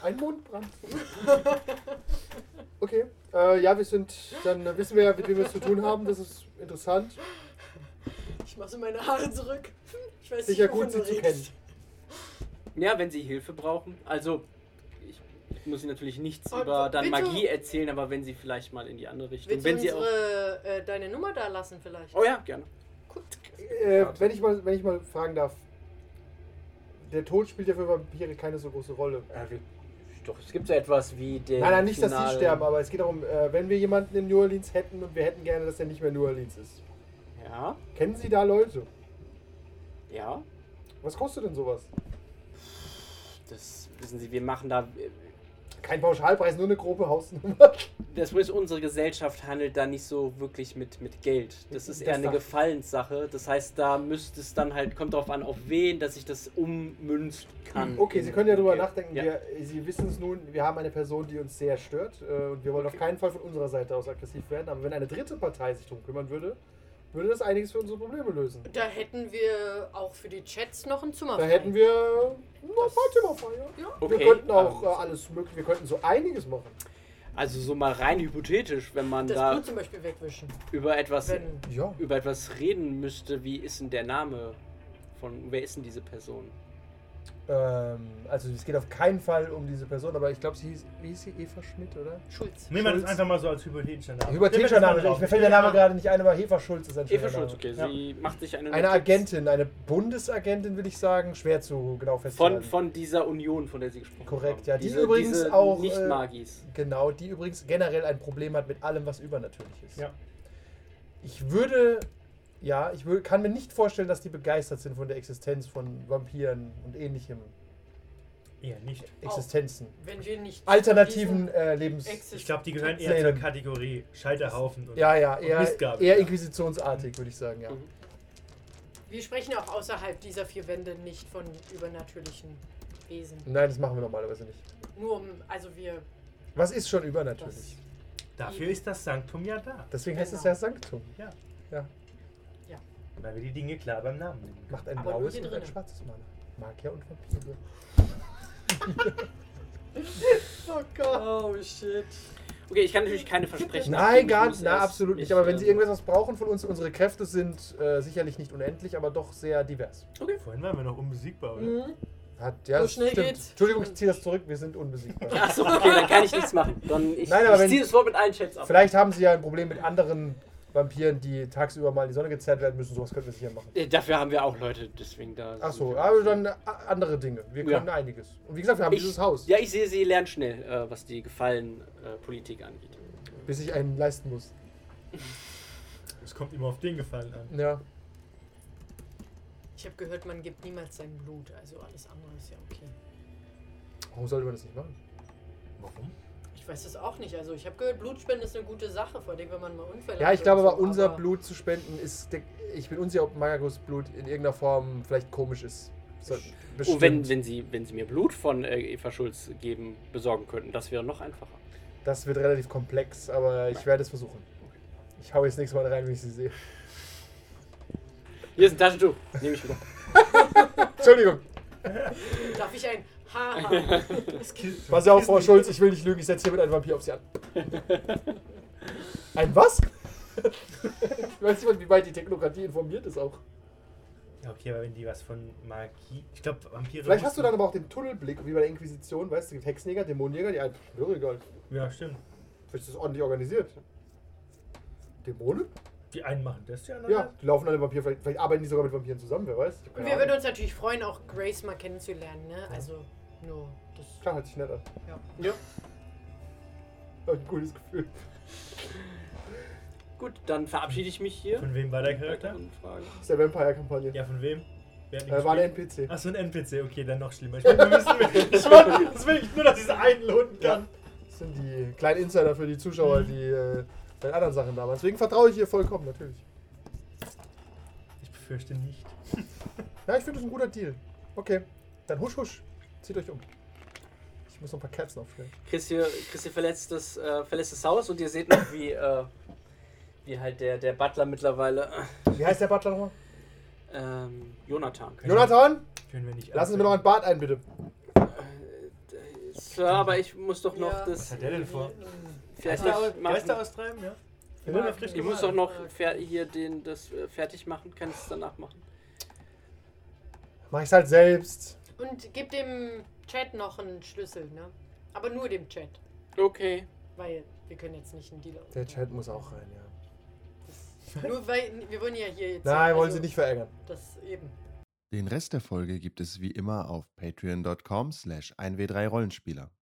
Speaker 3: Ein Mondbrand. Okay. Äh, ja, wir sind. Dann äh, wissen wir ja, mit wem wir es zu tun haben. Das ist interessant.
Speaker 2: Ich mache so meine Haare zurück. Ich weiß
Speaker 3: Sicher
Speaker 2: nicht, wovon
Speaker 3: gut,
Speaker 2: du
Speaker 3: sie zu
Speaker 2: redest.
Speaker 3: kennen.
Speaker 1: Ja, wenn sie Hilfe brauchen. Also, ich, ich muss ihnen natürlich nichts
Speaker 2: Aber
Speaker 1: über dann
Speaker 2: bitte-
Speaker 1: Magie erzählen, aber wenn sie vielleicht mal in die andere Richtung.
Speaker 2: Willst
Speaker 1: Wenn
Speaker 2: du
Speaker 1: sie auch,
Speaker 2: unsere, äh, deine Nummer da lassen vielleicht?
Speaker 1: oh ja, gerne.
Speaker 3: Äh, wenn, ich mal, wenn ich mal fragen darf, der Tod spielt ja für Vampire keine so große Rolle.
Speaker 1: Doch, es gibt ja etwas wie den.
Speaker 3: Nein, nein, nicht, dass die sterben, aber es geht darum, äh, wenn wir jemanden in New Orleans hätten und wir hätten gerne, dass er nicht mehr New Orleans ist.
Speaker 1: Ja,
Speaker 3: Kennen Sie da Leute?
Speaker 1: ja.
Speaker 3: Was kostet denn sowas?
Speaker 1: Das wissen Sie, wir machen da.
Speaker 3: Kein Pauschalpreis, nur eine grobe Hausnummer.
Speaker 1: Das ist unsere Gesellschaft handelt da nicht so wirklich mit, mit Geld. Das ist
Speaker 3: Das
Speaker 1: eher eine
Speaker 3: sagt-
Speaker 1: Gefallenssache. Das heißt, da müsste es dann halt, kommt darauf an, auf wen, dass ich das ummünzt kann.
Speaker 3: Hm. Okay, Sie können ja drüber
Speaker 1: Hm. Okay.
Speaker 3: nachdenken.
Speaker 1: Ja.
Speaker 3: Wir, Sie wissen es nun, wir haben eine Person, die uns sehr stört. Äh, und wir wollen auf keinen Fall von unserer Seite aus aggressiv werden. Aber wenn eine dritte Partei sich darum kümmern würde, würde das einiges für unsere Probleme lösen.
Speaker 2: Da hätten wir auch für die Chats noch ein Zimmer
Speaker 3: Da
Speaker 2: frei.
Speaker 3: hätten wir noch ein paar Zimmer frei. ja.
Speaker 2: Ja.
Speaker 1: Okay.
Speaker 3: Wir könnten auch äh,
Speaker 1: ähm,
Speaker 3: alles mögliche, wir könnten so einiges machen.
Speaker 1: Also so mal rein hypothetisch, wenn man
Speaker 2: Das
Speaker 1: da
Speaker 2: Blut zum Beispiel wegwischen.
Speaker 1: über etwas
Speaker 2: Wenn,
Speaker 3: Ja.
Speaker 1: über etwas reden müsste, wie ist denn der Name von wer ist denn diese Person?
Speaker 3: Ähm, also es geht auf keinen Fall um diese Person, aber ich glaube, sie hieß, wie hieß sie? Eva Schmidt, oder?
Speaker 2: Schulz.
Speaker 4: Nehmen wir das
Speaker 3: Schulz.
Speaker 4: einfach mal so als hypothetischer Name.
Speaker 3: Hypothetischer Name,
Speaker 4: Nehmen wir das mal
Speaker 3: ich, mir
Speaker 4: drauf.
Speaker 3: fällt der Name gerade nicht ein, aber Eva Schulz ist ein schöner
Speaker 1: Eva Schulz,
Speaker 3: Name.
Speaker 1: okay.
Speaker 4: Ja.
Speaker 1: Sie macht sich eine,
Speaker 3: genau- Eine
Speaker 1: Notiz
Speaker 3: Agentin, eine Bundesagentin, will ich sagen, schwer zu genau feststellen.
Speaker 1: von, von dieser Union, von der sie gesprochen
Speaker 3: Korrekt,
Speaker 1: haben.
Speaker 3: ja, die
Speaker 1: diese,
Speaker 3: übrigens
Speaker 1: diese
Speaker 3: auch, äh,
Speaker 1: Nicht-Magis.
Speaker 3: Genau, die übrigens generell ein Problem hat mit allem, was übernatürlich ist.
Speaker 4: Ja.
Speaker 3: Ich würde, ja, ich würde, kann mir nicht vorstellen, dass die begeistert sind von der Existenz von Vampiren und ähnlichem
Speaker 4: Eher nicht.
Speaker 3: Existenzen.
Speaker 2: Wenn wir nicht.
Speaker 3: Alternativen äh, Lebens...
Speaker 2: Existen-
Speaker 4: Ich glaube, die gehören
Speaker 3: Sehr
Speaker 4: eher zur
Speaker 3: gut.
Speaker 4: Kategorie Scheiterhaufen und
Speaker 3: Ja, ja,
Speaker 4: und
Speaker 3: eher,
Speaker 4: Mistgabeln,
Speaker 3: eher
Speaker 4: ja.
Speaker 3: inquisitionsartig, würde ich sagen, ja.
Speaker 1: Mhm.
Speaker 2: Wir sprechen auch außerhalb dieser vier Wände nicht von übernatürlichen Wesen.
Speaker 3: Nein, das machen wir normalerweise nicht.
Speaker 2: Nur um, also wir.
Speaker 3: Was ist schon übernatürlich?
Speaker 2: Das,
Speaker 4: Dafür ist das Sanktum ja da.
Speaker 3: Deswegen heißt es
Speaker 2: Genau.
Speaker 3: ja Sanktum.
Speaker 4: Ja.
Speaker 3: Ja.
Speaker 4: Weil wir die Dinge klar beim Namen nennen.
Speaker 3: Macht ein
Speaker 2: Aber nur
Speaker 3: blaues
Speaker 2: hier
Speaker 3: und ein
Speaker 2: drinnen.
Speaker 3: schwarzes Mana. Magier und Vampire.
Speaker 2: oh Gott. Oh shit.
Speaker 1: Okay, ich kann natürlich keine Versprechen.
Speaker 3: Nein,
Speaker 1: abgeben,
Speaker 3: gar
Speaker 1: ich muss
Speaker 3: nicht. Na,
Speaker 1: erst
Speaker 3: absolut
Speaker 1: mich,
Speaker 3: nicht. Aber wenn
Speaker 1: ähm,
Speaker 3: Sie irgendwas brauchen von uns, unsere Kräfte sind äh, sicherlich nicht unendlich, aber doch sehr divers.
Speaker 4: Vorhin waren wir noch unbesiegbar, oder?
Speaker 2: Mhm.
Speaker 3: Hat, ja,
Speaker 2: So
Speaker 3: das
Speaker 2: schnell
Speaker 3: stimmt.
Speaker 2: geht's.
Speaker 3: Entschuldigung, ich ziehe das zurück. Wir sind unbesiegbar.
Speaker 1: Ach so, okay, dann kann ich nichts machen. Dann ich,
Speaker 3: Nein, aber wenn-
Speaker 1: ich ziehe das Wort mit allen Chats ab.
Speaker 3: Vielleicht haben Sie ja ein Problem mit anderen Vampiren, die tagsüber mal in die Sonne gezerrt werden müssen. Sowas könnten wir sicher machen.
Speaker 1: Äh, Dafür haben wir auch Leute, deswegen da.
Speaker 3: Ach
Speaker 1: sind
Speaker 3: so,
Speaker 1: wir-
Speaker 3: aber dann äh, andere Dinge. Wir
Speaker 1: Ja.
Speaker 3: können einiges. Und wie gesagt, wir haben
Speaker 1: Ich-
Speaker 3: dieses Haus,
Speaker 1: Ja, ich sehe, sie lernt schnell, äh, was die Gefallenpolitik angeht. Oh,
Speaker 3: bis ich einen leisten muss.
Speaker 4: Es kommt immer auf den Gefallen an.
Speaker 3: Ja.
Speaker 2: Ich habe gehört, man gibt niemals sein Blut, also alles andere ist ja okay.
Speaker 3: Warum sollte man das nicht machen?
Speaker 4: Warum?
Speaker 2: Ich weiß es auch nicht. Also ich habe gehört, Blutspenden ist eine gute Sache, vor allem wenn man mal Unfälle
Speaker 3: Ja,
Speaker 2: hat
Speaker 3: ich glaube
Speaker 2: oder
Speaker 3: aber, unser
Speaker 2: aber-
Speaker 3: Blut zu spenden ist. der- Ich bin unsicher, ob Magagos Blut in irgendeiner Form vielleicht komisch ist. So,
Speaker 1: Und Oh, wenn, wenn, sie, wenn sie mir Blut von äh, Eva Schulz geben, besorgen könnten, das wäre noch einfacher.
Speaker 3: Das wird relativ komplex, aber ich werde es versuchen. Ich hau jetzt nächstes Mal rein, wenn ich sie sehe.
Speaker 1: Hier ist ein Taschentuch. Nehme ich mit.
Speaker 3: Entschuldigung.
Speaker 2: Darf ich ein Haha?
Speaker 3: Pass auf, Frau Schulz, ich will nicht lügen. Ich setze hier mit einem Vampir auf Sie an. Ein was? Ich weiß nicht, wie weit die Technokratie informiert ist auch.
Speaker 4: Ja, okay, aber wenn die was von Magie. Ich glaube, Vampire.
Speaker 3: Vielleicht hast du dann
Speaker 4: wussten-
Speaker 3: aber auch den Tunnelblick, wie bei der Inquisition, weißt du, Hexenjäger, Dämonenjäger, die einen. Mir egal.
Speaker 4: Ja, stimmt.
Speaker 3: Vielleicht ist das ordentlich organisiert. Dämonen?
Speaker 4: Die einen machen das, die anderen.
Speaker 3: Ja, die laufen alle Vampire. Vielleicht, vielleicht arbeiten die sogar mit Vampiren zusammen, wer weiß. Ich hab
Speaker 2: Und
Speaker 3: keine
Speaker 2: wir würden
Speaker 3: Ahnung.
Speaker 2: uns natürlich freuen, auch Grace mal kennenzulernen, ne? Also, nur das.
Speaker 3: Klar, hört sich nett an.
Speaker 2: Ja.
Speaker 1: Ja.
Speaker 3: Hab Ein gutes Gefühl.
Speaker 1: Gut, dann verabschiede ich mich hier.
Speaker 4: Von wem war der
Speaker 3: ne?
Speaker 4: Charakter?
Speaker 1: Weiteren Fragen.
Speaker 3: Das ist der Vampire-Kampagne.
Speaker 4: Ja, von wem? Wer hat ihn
Speaker 3: Äh, war der
Speaker 4: gespielt?
Speaker 3: NPC.
Speaker 4: Ach so, ein NPC, okay, dann noch schlimmer. Ich wollte nur wissen, ich wollte das will ich nur, dass ich es einlohnen kann.
Speaker 3: Das sind die kleinen Insider für die Zuschauer, die äh, bei anderen Sachen da waren. Deswegen vertraue ich ihr vollkommen, natürlich.
Speaker 4: Ich befürchte nicht.
Speaker 3: Ja, ich finde das ein guter Deal. Okay, dann husch husch. Zieht euch um. Ich muss noch ein paar Kerzen aufstellen.
Speaker 1: Chris hier, Chris hier verlässt, das, äh, verlässt das Haus und ihr seht noch, wie, äh, wie halt der, der Butler mittlerweile.
Speaker 3: Wie heißt der Butler nochmal?
Speaker 1: Ähm, Jonathan.
Speaker 3: Jonathan,
Speaker 4: Können wir nicht.
Speaker 3: lassen Sie mir noch ein Bad ein, bitte.
Speaker 1: Sir, aber ich muss doch noch
Speaker 2: Ja.
Speaker 1: das.
Speaker 4: Was hat der denn vor?
Speaker 1: Vielleicht
Speaker 4: Geister,
Speaker 1: noch
Speaker 4: Geister
Speaker 1: machen.
Speaker 4: austreiben, ja?
Speaker 3: Ja.
Speaker 4: Immer noch frisch
Speaker 1: Ich muss doch
Speaker 4: gemahlen.
Speaker 1: noch fer- hier den, das äh, fertig machen. Kann ich es danach machen?
Speaker 3: Mach ich's halt selbst.
Speaker 2: Und gib dem Chat noch einen Schlüssel, ne? Aber nur dem Chat,
Speaker 1: Okay.
Speaker 2: weil wir können jetzt nicht einen Deal aus.
Speaker 3: Der Chat muss auch rein, ja.
Speaker 2: Nur weil wir wollen ja hier jetzt.
Speaker 3: Nein, wollen
Speaker 2: also,
Speaker 3: Sie nicht verärgern.
Speaker 2: Das eben.
Speaker 5: Den Rest der Folge gibt es wie immer auf patreon.com slash 1w3rollenspieler.